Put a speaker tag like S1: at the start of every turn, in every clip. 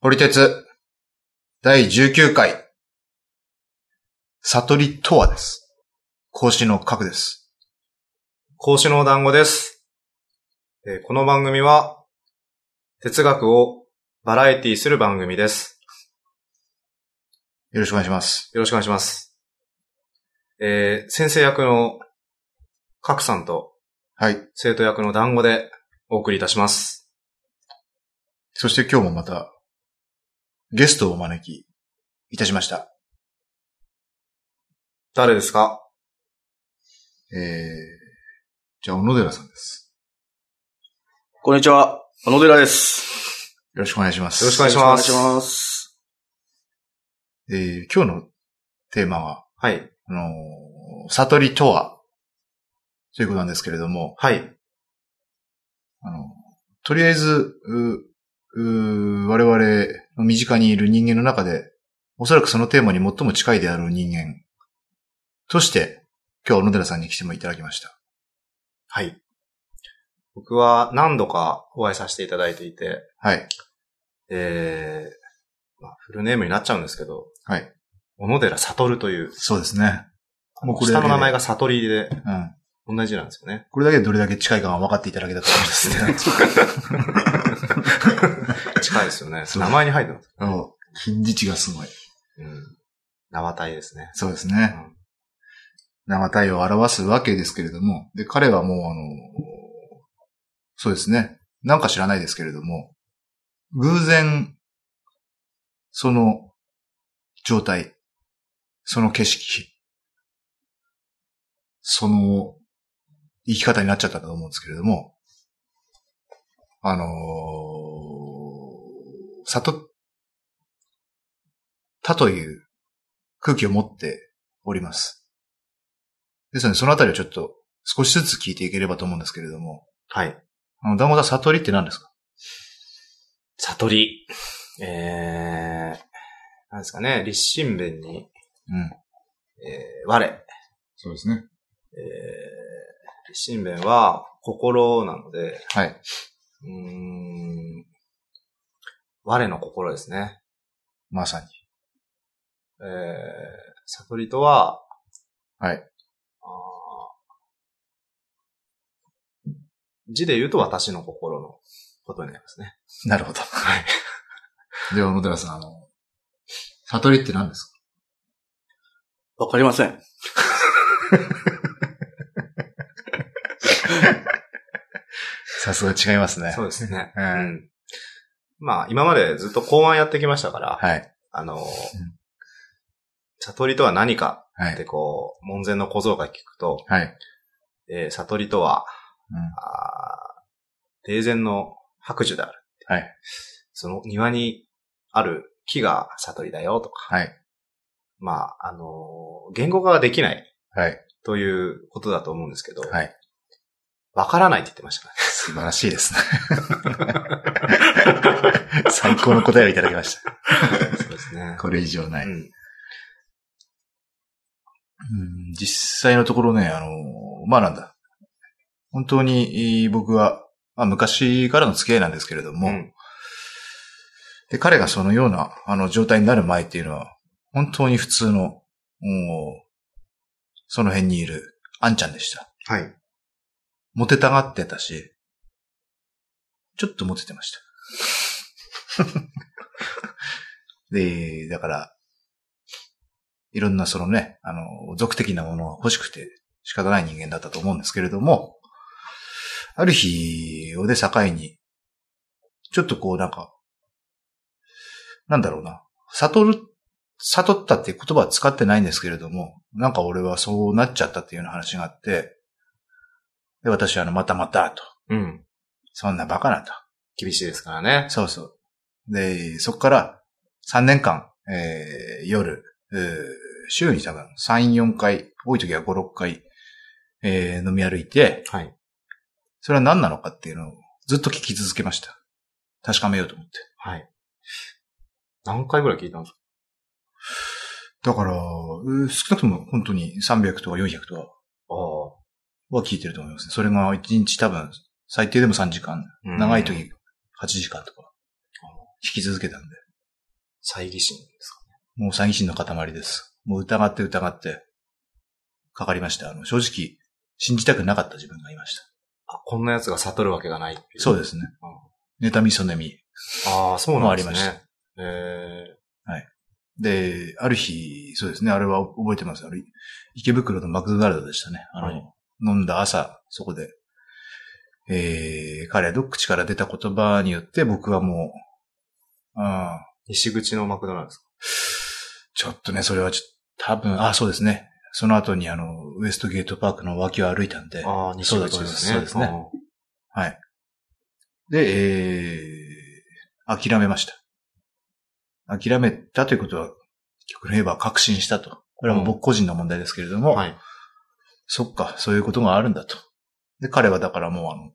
S1: ホリテツ第19回。悟りとはです。講師の角です。
S2: 講師の団子です。えーこの番組は、哲学をバラエティする番組です。
S1: よろしくお願いします。
S2: よろしくお願いします。えー先生役の角さんと
S1: はい。
S2: 生徒役の団子でお送りいたします。
S1: そして今日もまた、ゲストをお招きいたしました。
S2: 誰ですか
S1: えー、じゃあ、小野寺さんです。
S3: こんにちは。小野寺です。
S1: よろしくお願いします。
S2: よろしくお願いします
S3: よろしくお願いします。
S1: えー、今日のテーマは、
S2: はい。
S1: あのー悟りとは、ということなんですけれども、
S2: はい。
S1: あの、とりあえず、う、う、我々の身近にいる人間の中で、おそらくそのテーマに最も近いであろう人間として、今日は小野寺さんに来てもいただきました。
S2: はい。僕は何度かお会いさせていただいていて、
S1: はい。
S2: えーまあフルネームになっちゃうんですけど、
S1: はい。
S2: 小野寺悟という、
S1: そうですね。もうこれだ
S2: 下
S1: けで
S2: の名前が悟りで
S1: うん。
S2: 同じなんですよ ね。
S1: これだけでどれだけ近いかが分かっていただけたと思うん ですね。
S2: 近いですよね。
S1: そう
S2: 名前に入ってます。
S1: そう。近似値がすごい。
S2: うん。縄体ですね。
S1: そうです
S2: う
S1: ね。
S2: ん
S1: 生体を表すわけですけれども、で、彼はもうあの、そうですね。なんか知らないですけれども、偶然、その状態、その景色、その生き方になっちゃったと思うんですけれども、あの悟ったという空気を持っております。ですので、そのあたりをちょっと少しずつ聞いていければと思うんですけれども、
S2: はい。
S1: あの、団子さん、悟りって何ですか
S2: 悟り。えー、なんですかね、立身弁に、
S1: うん。
S2: えー、我。え
S1: そうですね。
S2: ー、立身弁は心なので、
S1: はい。
S2: うーん、我の心ですね。
S1: まさに。
S2: えー、悟りとは、
S1: はい。
S2: あー字で言うと私の心のことになりますね。
S1: なるほど。はい。 では、小野寺さん、あの、悟りって何ですか
S3: わかりません。
S1: さすが違いますね
S2: そうですね。
S1: うん
S2: うん。まあ、今までずっと公安やってきましたから、
S1: はい。
S2: あのー、悟りとは何か
S1: は
S2: って
S1: い。
S2: こう、門前の小僧が聞くと、
S1: はい。
S2: えー悟りとは、
S1: うん
S2: あー定前の白樹である。
S1: はい。
S2: その庭にある木が悟りだよとか、
S1: はい。
S2: まあ、あのー言語化ができない
S1: はい。
S2: ということだと思うんですけど、わ、
S1: はい。
S2: からないって言ってましたね。
S1: 素晴らしい ですね。最高の答えをいただきまし
S2: そうですね
S1: た。。これ以上ない。
S2: うん。
S1: うん実際のところね、あの、まあなんだ。本当にえー僕は、まあ昔からの付き合いなんですけれども、
S2: うん
S1: で、彼がそのようなあの状態になる前っていうのは、本当に普通の、うんその辺にいる、あんちゃんでした。
S2: はい。
S1: モテたがってたし、ちょっとモテてました。 で、だから、いろんなそのね、あの、俗的なものが欲しくて仕方ない人間だったと思うんですけれども、ある日をで境に、ちょっとこうなんか、なんだろうな、悟る、悟ったっていう言葉は使ってないんですけれども、なんか俺はそうなっちゃったっていうような話があって、で、私はあの、またまた、と。
S2: うん。
S1: そんなバカなと。
S2: 厳しいですからね。
S1: そうそう。で、そこから3年間、えー、夜、えー週に多分3、4回、多い時は5、6回、えー、飲み歩いて、
S2: はい。
S1: それは何なのかっていうのをずっと聞き続けました。確かめようと思って。
S2: はい。何回ぐらい聞いたんですか
S1: だから、うー少なくとも本当に300とか400とか
S2: ああ。
S1: は聞いてると思いますね。それが1日多分、最低でも3時間、長い時8時間とか、聞き続けたんで。
S2: 猜疑心ですか
S1: もう詐欺師の塊です。もう疑って疑って、かかりました。あの、正直、信じたくなかった自分がいました。
S2: あ、こんな奴が悟るわけがないっていう。
S1: そうですね。妬みそねみ。
S2: ああ、そうなんです
S1: も
S2: ね。
S1: うありました
S2: え
S1: で、ある日、そうですね、あれは覚えてます。あれ、池袋のマクドナルドでしたね。あの、
S2: はい
S1: 飲んだ朝、そこで、えー、彼の口から出た言葉によって僕はもう、ああ、
S2: ー、西口のマクドナルドですか
S1: ちょっとね、それはちょっと、多分、あ、そうですね。その後にあの、ウエストゲートパークの脇を歩いたんで、
S2: ああ、西
S1: そうだ
S2: 口
S1: と思
S2: で
S1: います
S2: すね。
S1: そうですね
S2: あー
S1: はい。で、えー、諦めました。諦めたということは、極論言えば確信したと。これはもう僕個人の問題ですけれども、
S2: はい。
S1: そっか、そういうことがあるんだと。で、彼はだからもうあの、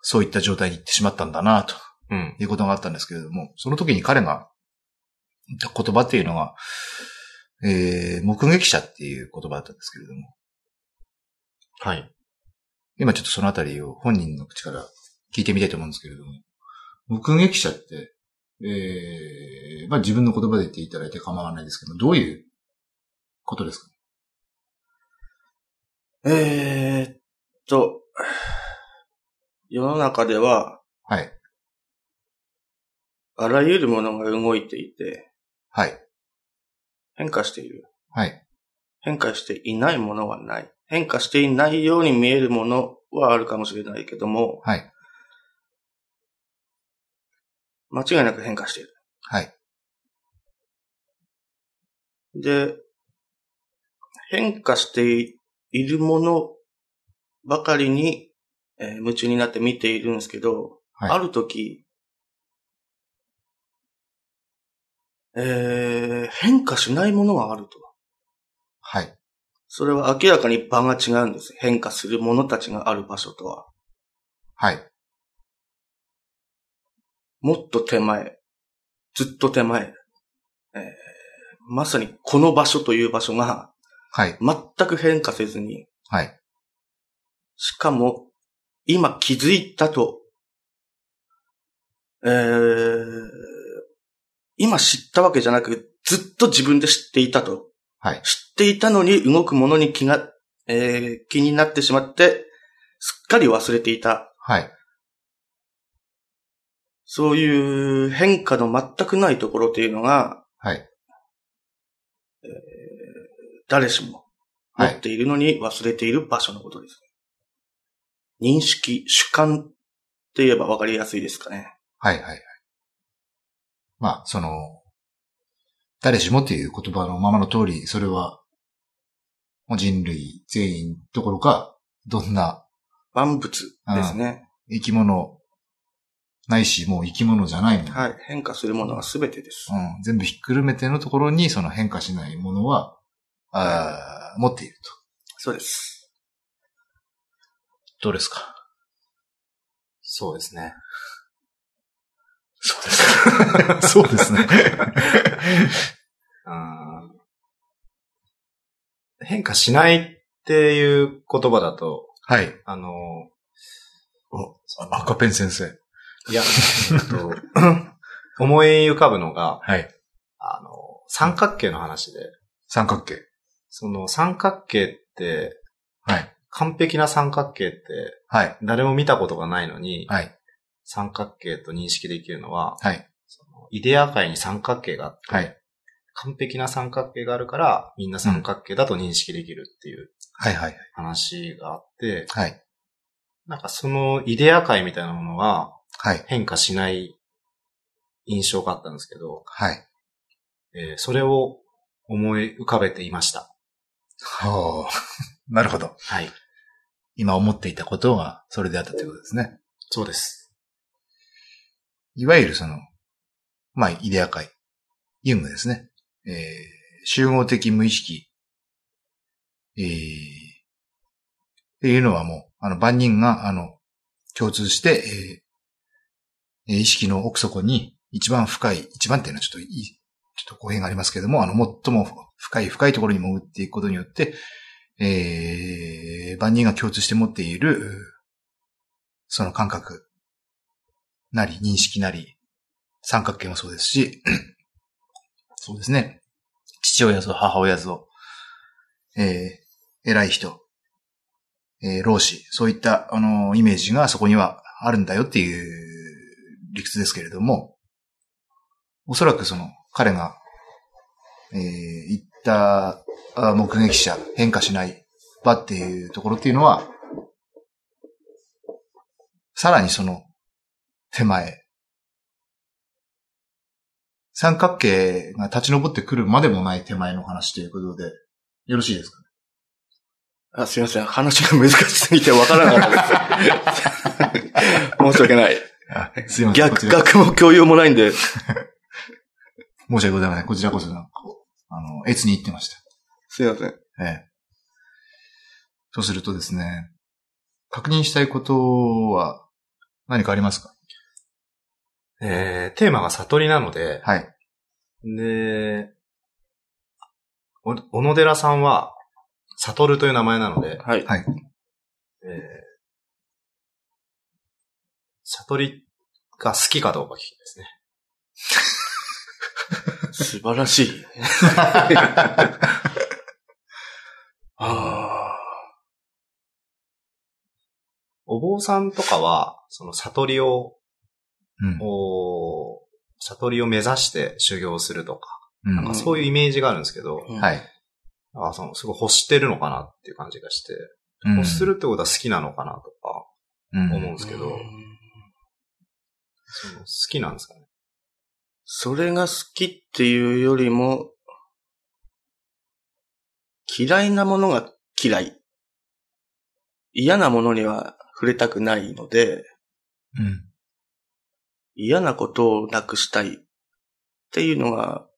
S1: そういった状態に行ってしまったんだな、と
S2: うん。
S1: いうことがあったんですけれども、その時に彼が言った言葉っていうのが、えー、目撃者っていう言葉だったんですけれども、
S2: はい。
S1: 今ちょっとそのあたりを本人の口から聞いてみたいと思うんですけれども、目撃者って、えー、まあ自分の言葉で言っていただいて構わないですけど、どういうことですか
S3: えーっと、世の中では、
S1: はい。
S3: あらゆるものが動いていて、
S1: はい。
S3: 変化している。
S1: はい。
S3: 変化していないものはない。変化していないように見えるものはあるかもしれないけども、
S1: はい。
S3: 間違いなく変化している。
S1: はい。
S3: で、変化しているものばかりに、えー夢中になって見ているんですけど、
S1: はい
S3: ある時、えー変化しないものがあると。
S1: はい。
S3: それは明らかに場が違うんです。変化するものたちがある場所とは。
S1: はい。
S3: もっと手前、ずっと手前、えーまさにこの場所という場所が
S1: はい。
S3: 全く変化せずに、
S1: はい。
S3: しかも、今気づいたと、えー、今知ったわけじゃなく、ずっと自分で知っていたと。
S1: はい。
S3: 知っていたのに動くものに気が、えー気になってしまって、すっかり忘れていた。
S1: はい。
S3: そういう変化の全くないところというのが、
S1: はい。
S3: 誰しも持
S1: は
S3: っ
S1: い。
S3: ているのに忘れている場所のことです。認識、主観って言えばわかりやすいですかね。
S1: はい。はい。まあ、その、誰しもっていう言葉のままの通り、それは、もう人類全員どころか、どんな
S3: 万物ですね。
S1: 生き物、ないし、もう生き物じゃないもの。
S3: はい。変化するものは全てです。
S1: うん、全部ひっくるめてのところに、その変化しないものは、あー持っていると。
S3: そうです。
S1: どうですか
S2: そうですね。
S1: そうです か。そうですね。
S2: うん変化しないっていう言葉だと、
S1: はい。
S2: あの、
S1: お、赤ペン先生。
S2: いや、えっと 思い浮かぶのが、
S1: はい。
S2: あの、三角形の話で、
S1: 三角形。
S2: その三角形って、
S1: はい。
S2: 完璧な三角形って、
S1: はい。
S2: 誰も見たことがないのに、
S1: はい。
S2: 三角形と認識できるのは、
S1: はい。
S2: そのイデア界に三角形があって、
S1: はい。
S2: 完璧な三角形があるから、みんな三角形だと認識できるっていう
S1: はい。はい。
S2: 話があって、
S1: はい。
S2: なんかそのイデア界みたいなものは
S1: はい。
S2: 変化しない印象があったんですけど、
S1: はい。
S2: えーそれを思い浮かべていました。
S1: はあ。 なるほど。
S2: はい。
S1: 今思っていたことが、それであったということですね。
S2: そうです。
S1: いわゆるその、まあ、イデア界。ユングですね。えー集合的無意識。えーっていうのはもう、あの、万人が、あの、共通して、えーえー意識の奥底に、一番深い、一番っていうのはちょっといい、ちょっと語弊がありますけれども、あの、最も深い深いところに潜っていくことによって、えー万人が共通して持っている、その感覚なり、認識なり、三角形もそうですし、 そうですね。父親像、母親像、えー、偉い人、えー、老子、そういった、あの、イメージがそこにはあるんだよっていう理屈ですけれども、おそらくその、彼が、えー、言ったあ目撃者、変化しない場っていうところっていうのは、さらにその、手前、三角形が立ち上ってくるまでもない手前の話ということで、よろしいですか
S3: あ、すいません。話が難しすぎてわからなかったです。 申し訳ない。
S1: あすいません。こち
S3: 逆、
S1: ら
S3: 学も共有もないんで。
S1: 申し訳ございません。こちらこそなんか、あの、越に行ってました。
S3: すいません。
S1: ええ。そうするとですね、確認したいことは何かありますか
S2: えー、テーマが悟りなので、
S1: はい。
S2: で、お小野寺さんは、悟るという名前なので、
S3: はい。
S1: はい。
S2: えー、悟りが好きかどうか聞きたいですね。
S3: 素晴らしい。あ
S2: お坊さんとかは、その悟りを、
S1: うん。
S2: お悟りを目指して修行するとか、
S1: うん
S2: なんかそういうイメージがあるんですけど、
S3: ー
S1: はい。
S2: あそのすごい欲してるのかなっていう感じがして、
S1: うん
S2: 欲するってことは好きなのかなとか
S1: うん
S2: 思うんですけど、
S3: うん
S2: その好きなんですかね。
S3: それが好きっていうよりも、嫌いなものが嫌い。嫌なものには触れたくないので、
S1: うん。
S3: 嫌なことをなくしたいっていうのが、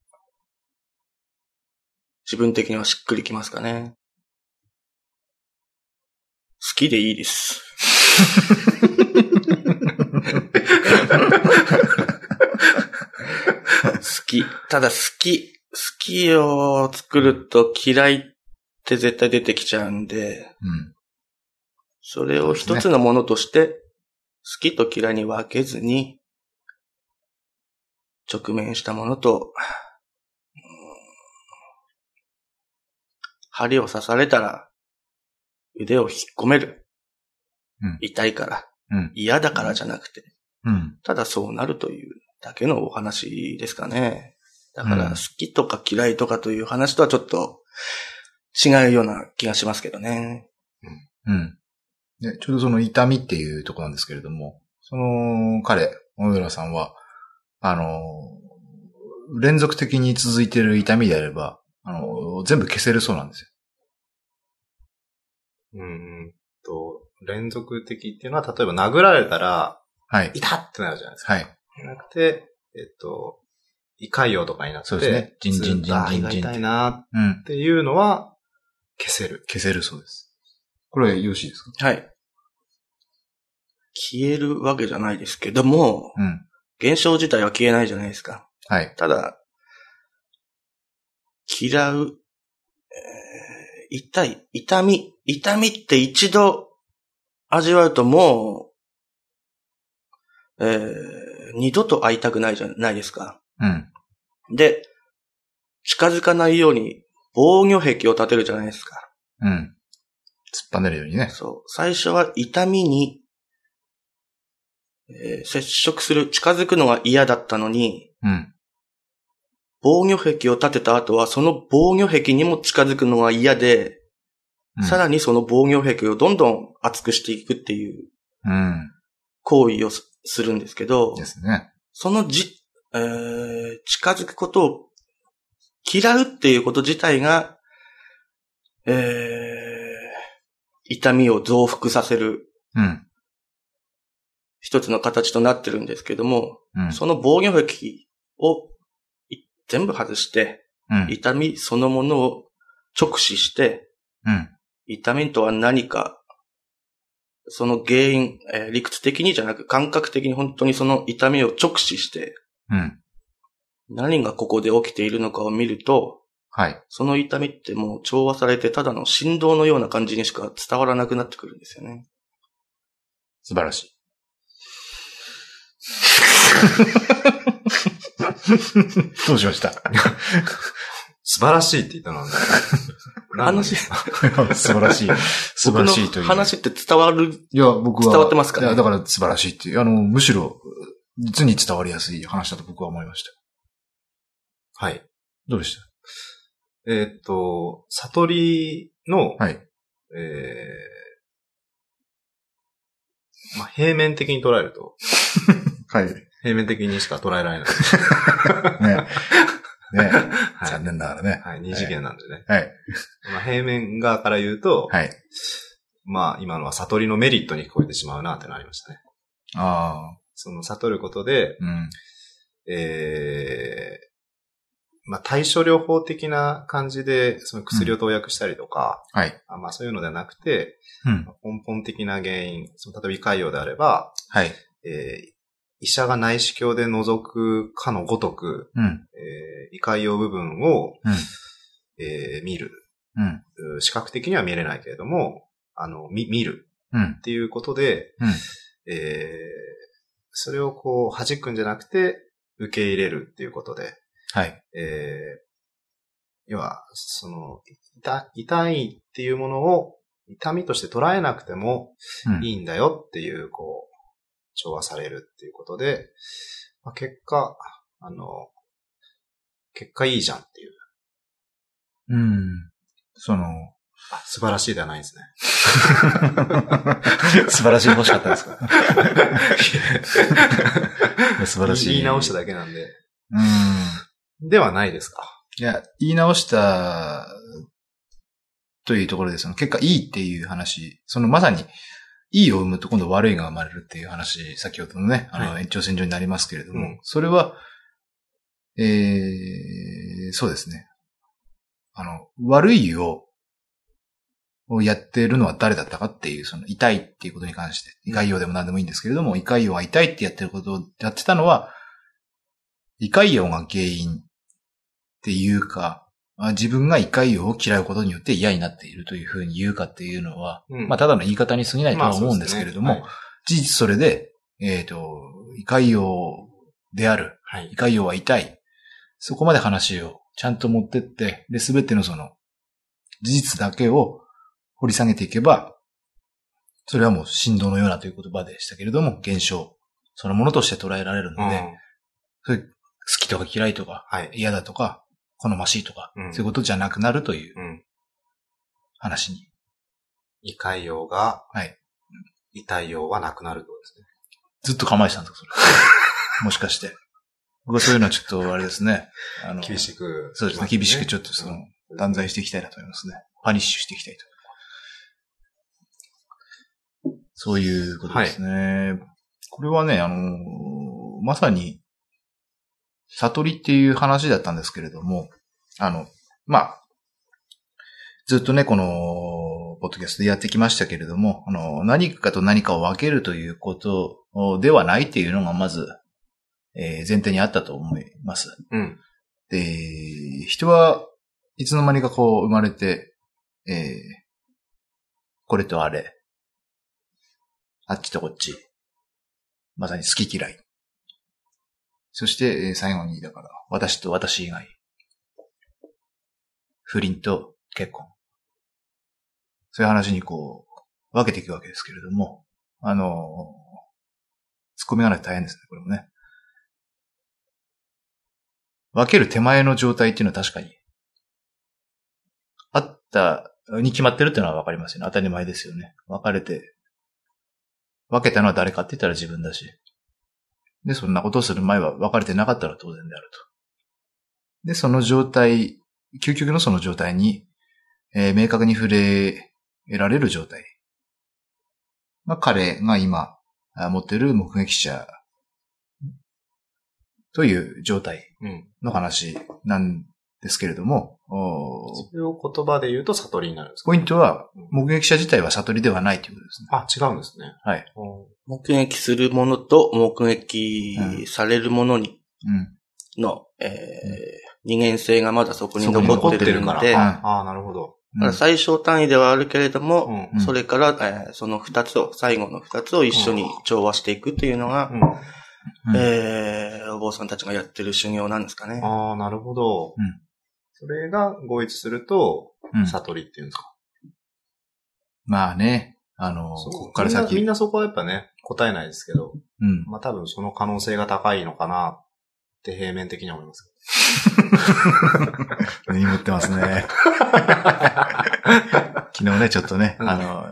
S3: 自分的にはしっくりきますかね。好きでいいです。好き。ただ好き。好きを作ると嫌いって絶対出てきちゃうんで、
S1: うん。
S3: それを一つのものとして、好きと嫌いに分けずに、直面したものと、うん針を刺されたら、腕を引っ込める。
S1: うん
S3: 痛いから、
S1: うん
S3: 嫌だからじゃなくて、
S1: うん。
S3: ただそうなるというだけのお話ですかね。だか
S1: う
S3: ら
S1: ん
S3: 好きとか嫌いとかという話とはちょっと違うような気がしますけどね。
S1: うん。で、ちょうどその痛みっていうところなんですけれども、その彼、小野寺さんは、あの、連続的に続いている痛みであれば、あの、全部消せるそうなんですよ。
S2: うーんと、連続的っていうのは、例えば殴られたら、
S1: はい。
S2: 痛ってなるじゃないですか。
S1: はい。
S2: じゃなくて、えっと、胃潰瘍とかになって、
S1: そうですねジンジン
S2: ずっとあ
S1: ジンジンジン
S2: 胃が痛いな
S1: うん
S2: っ。ていうのは、消せる。
S1: 消せるそうです。これはよろしいですか
S3: はい。消えるわけじゃないですけども、
S1: うん。
S3: 現象自体は消えないじゃないですか。
S1: はい。
S3: ただ、嫌う、えー痛い、痛み、痛みって一度味わうともう、えー二度と会いたくないじゃないですか。
S1: うん。
S3: で、近づかないように防御壁を立てるじゃないですか。
S1: うん。突っ張ねるようにね。
S3: そう。最初は痛みに、えー接触する、近づくのが嫌だったのに、
S1: うん。
S3: 防御壁を立てた後は、その防御壁にも近づくのが嫌で、
S1: うん
S3: さらにその防御壁をどんどん厚くしていくっていう
S1: うん。
S3: 行為をすするんですけど、
S1: ですね。
S3: そのじ、えー近づくことを嫌うっていうこと自体が、えー痛みを増幅させる
S1: うん。
S3: 一つの形となってるんですけども、
S1: うん。
S3: その防御壁をい全部外して、
S1: うん。
S3: 痛みそのものを直視して、
S1: うん。
S3: 痛みとは何か、その原因、えー理屈的にじゃなく感覚的に本当にその痛みを直視して、
S1: うん。
S3: 何がここで起きているのかを見ると、
S1: はい。
S3: その痛みってもう調和されてただの振動のような感じにしか伝わらなくなってくるんですよね。
S1: 素晴らしい。 どうしました
S2: 素晴らしいって言ったのはね 何なんですか
S1: 素晴らしい。素晴ら
S3: 僕の
S1: しいという。
S3: 話って伝わる、
S1: いや、僕は。
S3: 伝わってますかね
S1: いや、だから素晴らしいっていう。あの、むしろ、実に伝わりやすい話だと僕は思いました。
S2: はい。
S1: どうでし
S2: えーっと、悟りの、
S1: たはい。
S2: えーまあ、平面的に捉えると、
S1: はい。
S2: 平面的にしか捉えられない。
S1: ね。ね。
S2: は
S1: 残念ながらね
S2: い。。はい、二次元なんでね。
S1: はい。
S2: まあ、平面側から言うと、
S1: はい。
S2: まあ、今のは悟りのメリットに聞こえてしまうなってなりましたね。
S1: ああ。
S2: その悟ることで、
S1: うん。
S2: えー、まあ、対処療法的な感じで、その薬を投薬したりとか、
S1: はい。
S2: あまあ、そういうのではなくて、
S1: うん。
S2: 根本的な原因、その例えば胃潰瘍であれば、
S1: はい。
S2: えー医者が内視鏡で覗くかのごとく、
S1: うん。
S2: えー、胃潰瘍部分を、
S1: うん
S2: えー見る。
S1: うん。
S2: う視覚的には見れないけれども、あの、見、見る
S1: うん
S2: っ。ていうことで、
S1: うん
S2: えーそれをこう弾くんじゃなくて、受け入れるっていうことで、
S1: はい。
S2: えー要は、その、痛、痛いっていうものを痛みとして捉えなくても
S1: うん。
S2: いいんだよっていう、こう、調和されるっていうことで、まあ、結果、あの、結果いいじゃんっていう。
S1: うん。その、
S2: あ、素晴らしいではないんですね。
S1: 素晴らしい欲しかったですか 素晴らしい。
S2: 言い直しただけなんで。
S1: うん。
S2: ではないですか。
S1: いや、言い直した、というところで、その結果いいっていう話、そのまさに、いいを生むと今度悪いが生まれるっていう話、先ほどのね、あの、
S2: は
S1: 延長線上になりますけれども、
S2: うん
S1: それは、えー、そうですね。あの、悪いを、をやってるのは誰だったかっていう、その痛いっていうことに関して、胃潰瘍でも何でもいいんですけれども、胃潰瘍は痛いってやってることをやってたのは、胃潰瘍が原因っていうか、あ自分が胃潰瘍を嫌うことによって嫌になっているというふうに言うかっていうのは、
S2: うん
S1: まあただの言い方に過ぎないと
S2: まあ
S1: は思うんですけれども、
S2: そうで
S1: 事実それで、えっ、と、胃潰瘍である。
S2: すねはい。は
S1: 胃
S2: い
S1: 潰瘍は痛い。そこまで話をちゃんと持ってって、で、すべてのその、事実だけを掘り下げていけば、それはもう振動のようなという言葉でしたけれども、現象、そのものとして捉えられるので、
S2: うん
S1: そういう好きとか嫌いとか、
S2: はい。
S1: 嫌だとか、好ましいとか、
S2: うん
S1: そういうことじゃなくなるという
S2: うん。
S1: 話に。
S2: 胃潰瘍が、
S1: はい。
S2: 胃対応はなくなるってことですね。
S1: ずっと構えてたんです か、それ。もしかして。僕はそういうのはちょっと、あれですね。あの
S2: 厳しく、
S1: そうですね。厳しくちょっとその、断
S2: 罪。
S1: 罪していきたいなと思いますね。パニッシュしていきたいと。そういうことですね。これはね、あのー、まさに、悟りっていう話だったんですけれども、あの、まあ、ずっとね、この、ポッドキャストでやってきましたけれども、あの、何かと何かを分けるということではないっていうのが、まず、えー前提にあったと思います。
S2: うん。
S1: で、人はいつの間にかこう生まれて、えーこれとあれ、あっちとこっち、まさに好き嫌い。そして、えー最後に、だから、私と私以外、不倫と結婚。そういう話にこう、分けていくわけですけれども、あのー、突っ込みがないと大変ですね、これもね。分ける手前の状態っていうのは確かに、あったに決まってるっていうのは分かりますよね。当たり前ですよね。分かれて、分けたのは誰かって言ったら自分だし。で、そんなことをする前は分かれてなかったら当然であると。で、その状態、究極のその状態に、えー明確に触れられる状態が彼が今あ持ってる目撃者という状態
S2: うん。
S1: の話なんですけれども、おー
S2: それを言葉で言うと悟りになるんですか
S1: ポイントは
S2: うん、
S1: 目撃者自体は悟りではないということですね。
S2: あ、違うんですね。
S1: はい
S2: うん。
S3: 目撃するものと目撃されるものに、
S1: うん。
S3: の、えー二元性がまだそこに
S1: そこに
S3: 残ってる
S2: か
S3: の
S2: ら。
S3: で、
S1: はい
S2: ああ、なるほど。
S3: だから最小単位ではあるけれど
S2: う
S3: も、
S2: ん。
S1: うん
S3: それから、えーその二つを、最後の二つを一緒に調和していくというのが、
S2: うん。
S1: うん
S3: えーお坊さんたちがやってる修行なんですかね。
S2: ああ、なるほど。
S1: うん
S2: それが合一すると、
S1: うん
S2: 悟りっていうんですか。
S1: まあね、あの、
S2: そう
S1: こっから
S2: みんなみん
S1: 先、
S2: なそこはやっぱね、答えないですけど、
S1: うん。
S2: まあ多分その可能性が高いのかなって平面的には思います。
S1: 眠ってます ね。昨日ね、ちょっとね、
S2: うん
S1: あの、う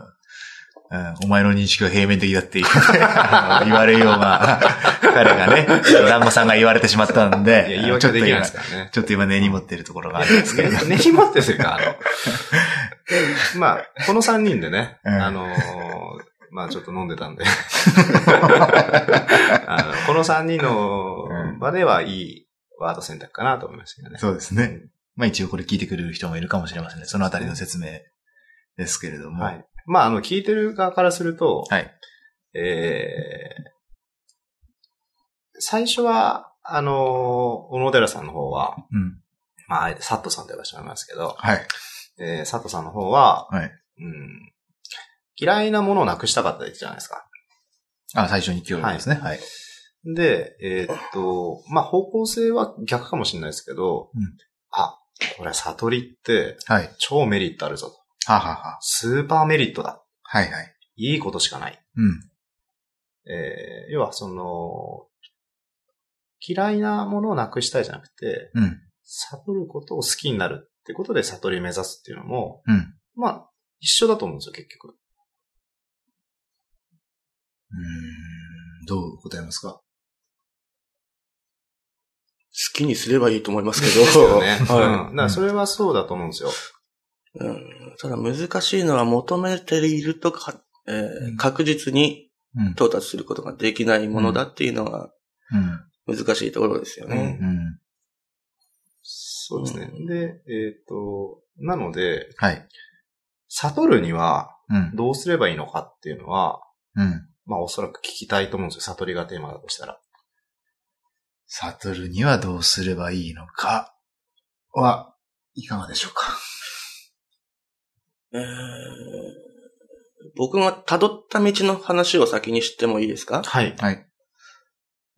S1: んお前の認識は平面的だって言 あの言われようが、 彼がね、団子さんが言われてしまったん
S2: いや、
S1: で、
S2: 言い訳はできないです
S1: ちょっと今
S2: からね。
S1: ちょっと今根に持ってるところがあるんですけど。
S2: ねひもってするか、あの。まあ、この3人でね、
S1: うん
S2: あのーまあちょっと飲んでたんで。 あのこの3人の場ではいいワード選択かなと思いましたけどね。
S1: そうですね。まあ一応これ聞いてくれる人もいるかもしれませんね。そのあたりの説明ですけれども。
S2: はい。まあ、あの、聞いてる側からすると、
S1: はい
S2: えー最初は、あのー小野寺さんの方は、
S1: うん。
S2: まあ、サットさんと呼ばせてもらいますけど、
S1: はい。
S2: えー、サットさんの方は、
S1: はい
S2: うん、嫌いなものをなくしたかったって言ってたじゃないですか。
S1: あ、最初に今日ですね。はい。
S2: で、えーっと、まあ、方向性は逆かもしれないですけど、
S1: うん
S2: あ、これは悟りって
S1: はい。
S2: 超メリットあるぞと。
S1: はあはあはあ。
S2: スーパーメリットだ。
S1: はいはい。
S2: いいことしかない。
S1: うん。
S2: えー要はその、嫌いなものをなくしたいじゃなくて、
S1: うん。
S2: 悟ることを好きになるってことで悟り目指すっていうのも、
S1: うん。
S2: まあ、一緒だと思うんですよ、結局。
S1: うーんどう答えますか
S3: 好きにすればいいと思いますけ
S2: で
S3: ど。
S2: すよね。
S3: は
S2: うん。だからそれはそうだと思うんですよ。
S3: いうんただ難しいのは求めているとか、えー
S1: ん
S3: 確実に
S1: うん。
S3: 到達することができないものだっていうのが
S1: うん。
S3: 難しいところですよね。
S1: うん。
S2: そうですね。で、えっ、と、なので、
S1: はい。
S2: 悟るには
S1: うん。
S2: どうすればいいのかっていうのは、
S1: うん。
S2: まあおそらく聞きたいと思うんですよ。悟りがテーマだとしたら。
S1: 悟るにはどうすればいいのかは、いかがでしょうか
S3: えー僕が辿った道の話を先に知ってもいいですか
S2: はい。
S1: はい。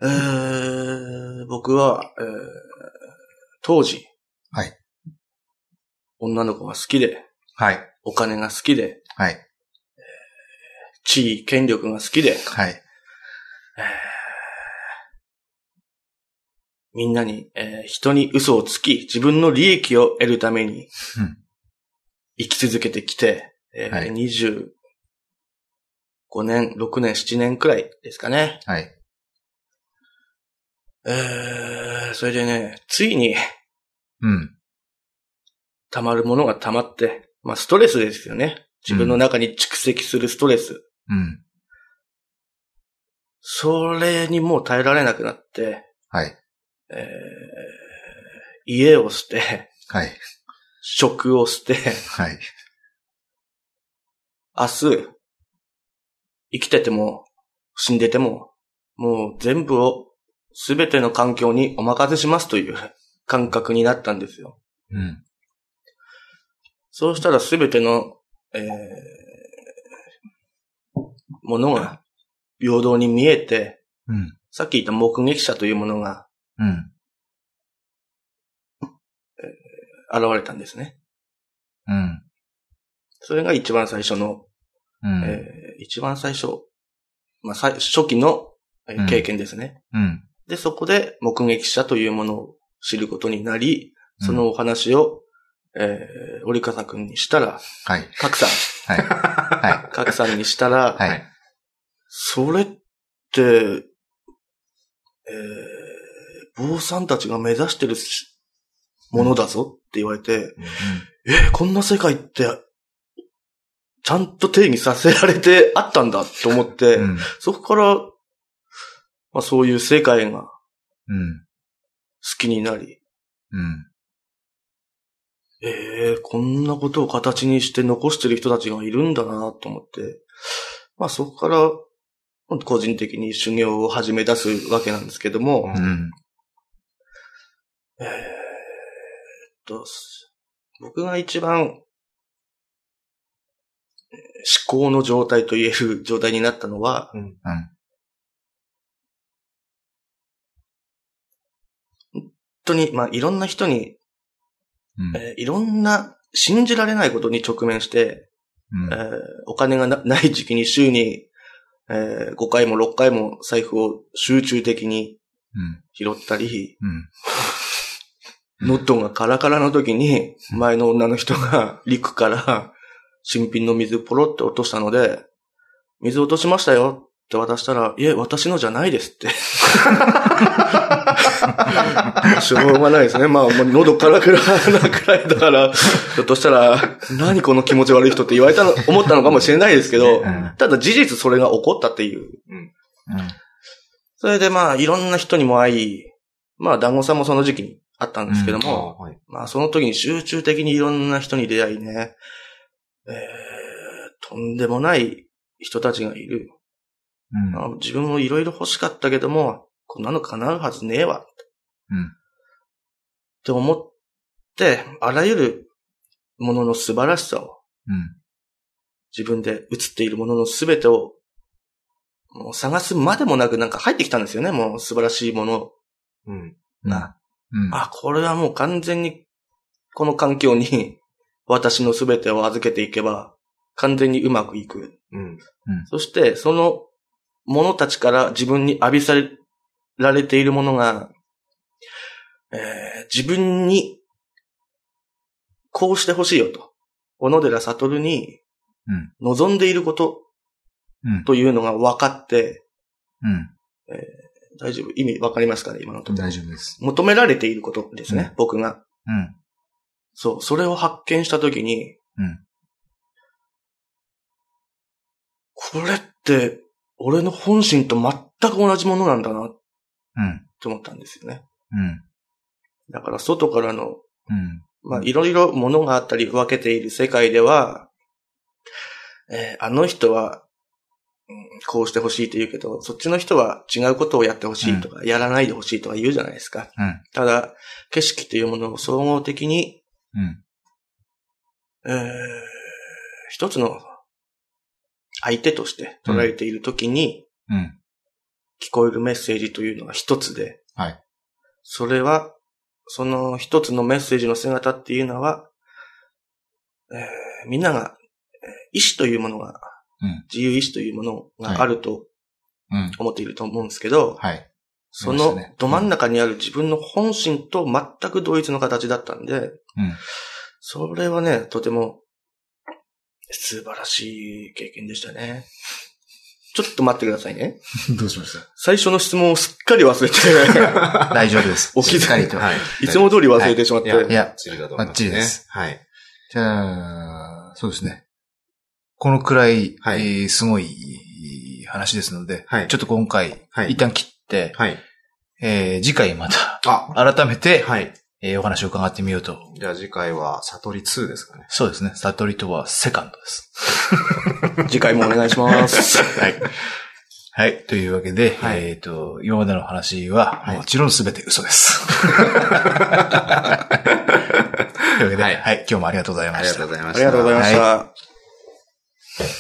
S3: えー僕は、えー当時、
S1: はい
S3: 女の子が好きで、
S1: はい。
S3: お金が好きで、
S1: はい。
S3: 地位、権力が好きで、
S1: はい。
S3: みんなに、えー人に嘘をつき、自分の利益を得るために
S1: うん、
S3: 生き続けてきて、えー
S1: はい
S3: 25年、6年、7年くらいですかね。
S1: はい。
S3: えーそれでね、ついに
S1: うん。
S3: 溜まるものが溜まって、まあストレスですよね。自分の中に蓄積するストレス。
S1: うん。
S3: それにもう耐えられなくなって、
S1: はい。
S3: えー家を捨て、
S1: はい。
S3: 職を捨て、
S1: はい。
S3: 明日、生きてても、死んでても、もう全部を、すべての環境にお任せしますという感覚になったんですよ。
S1: うん。
S3: そうしたらすべての、えーものが平等に見えて、
S1: うん。
S3: さっき言った目撃者というものが
S1: うん。
S3: 現れたんですね。
S1: うん。
S3: それが一番最初の、
S1: う
S3: え
S1: ん。
S3: ー一番最初、まあ、最初期のえー
S1: うん
S3: 経験ですね。
S1: うん。
S3: で、そこで目撃者というものを知ることになり、そのお話を、えー、折笠くんにしたら、
S1: はい。
S3: 賀来さん、
S1: はい。は
S3: 賀来さんにしたら、
S1: い。はい。
S3: それって、えー、坊さんたちが目指してるしものだぞって言われて、えー、こんな世界って、ちゃんと定義させられてあったんだと思って、
S1: うん。うん
S3: そこから、まあそういう世界が好
S1: うん。
S3: きになり、
S1: うん。
S3: ええこんなことを形にして残してる人たちがいるんだなと思って、まあそこから、個人的に修行を始め出すわけなんですけども、
S1: うん。
S3: えーっと、僕が一番、えー思考の状態と言える状態になったのは、
S2: うん
S1: うん
S3: 当に、まあ、いろんな人に、
S1: うん
S3: えーいろんな信じられないことに直面して、
S1: うん
S3: えーお金がなない時期に週に、えー5回も6回も財布を集中的に
S1: うん
S3: 拾ったり、
S1: うん
S3: ノットンがカラカラの時に、前の女の人が陸から新品の水ポロって落としたので、水落としましたよって渡したら、いえ、私のじゃないですって。しょうがないですね。まあ、もう喉カラカラなくらいだから、ひょっとしたら、何この気持ち悪い人って言われたの、思ったのかもしれないですけど
S1: う、ん
S3: ただ事実それが起こったっていう。それでまあ、いろんな人にも会い、まあ、団子さんもその時期にあったんですけど
S2: あ
S3: も、
S2: あ、はい。
S3: まあ、その時に集中的にいろんな人に出会いね、えー、とんでもない人たちがいる。
S1: うん
S3: まあ自分もいろいろ欲しかったけども、こんなの叶うはずねえわ。
S1: うん
S3: って思って、あらゆるものの素晴らしさを、
S1: うん
S3: 自分で映っているもののすべてを、もう探すまでもなくなんか入ってきたんですよね、もう素晴らしいもの。
S2: うん。
S3: な
S1: うん
S3: あ、これはもう完全に、この環境に私のすべてを預けていけば、完全にうまくいく。
S2: うん。
S3: そして、そのものたちから自分に浴びされられているものが、えー自分に、こうしてほしいよと。小野寺悟に
S1: うん、
S3: 望んでいること
S1: うん
S3: というのが分かって、
S1: うん
S3: 大丈夫意味分かりますかね今のところ。
S1: 大丈夫です。
S3: 求められていることですね、
S1: う
S3: 僕が。
S1: うん
S3: そう、それを発見したときに、
S1: うん
S3: これって、俺の本心と全く同じものなんだなっ
S1: うん
S3: て思ったんですよね。
S1: うん
S3: だから外からの、
S1: うん
S3: まあいろいろものがあったり分けている世界では、えーあの人は、うんこうしてほしいと言うけど、そっちの人は違うことをやってほしいとか、やらないでほしいとか言うじゃないですか。
S1: うん
S3: ただ、景色というものを総合的に
S1: うん
S3: えー一つの相手として捉えているときに
S1: うん
S3: 聞こえるメッセージというのが一つで、
S1: はい
S3: それは、その一つのメッセージの姿っていうのは、えーみんなが、えー意志というものが、
S1: うん
S3: 自由意志というものがあると
S1: うん
S3: 思っていると思うんですけど、
S1: はい
S3: そ
S1: そう
S3: の
S1: ですね
S3: ど真ん中にある自分の本心と全く同一の形だったんで、
S1: うん
S3: それはね、とても素晴らしい経験でしたね。ちょっと待ってくださいね。
S1: どうしまし
S3: 最初の質問をすっかり忘れて、
S1: た大丈夫です。
S3: お気づき
S1: しっかりと。
S2: はい。
S3: いつも通り忘れてしまっ
S2: い
S3: て、
S2: や、い
S1: い
S2: や、
S1: や
S2: バッチリだと思います、
S1: バッチリ
S2: ね。
S1: です。
S2: はい。
S1: じゃあ、そうですね。このくらい、
S2: はい
S1: えーすごい話ですので、
S2: はい
S1: ちょっと今回、
S2: はい
S1: 一旦切って、
S2: はい。
S1: えー次回ま た
S2: あ、
S1: 改めて、
S2: はい。
S1: えーお話を伺ってみようと。
S2: じゃあ次回は、悟り2ですかね。
S1: そうですね。悟りとはセカンドです。
S3: 次回もお願いします。
S1: はい。はい。というわけで、
S2: はい
S1: えっ、と、今までの話は、
S2: はい
S1: もちろんすべて嘘 です。というわけで、
S2: は
S1: はいい、今日もありがとうございました。
S2: ございま
S3: ありがとうございました。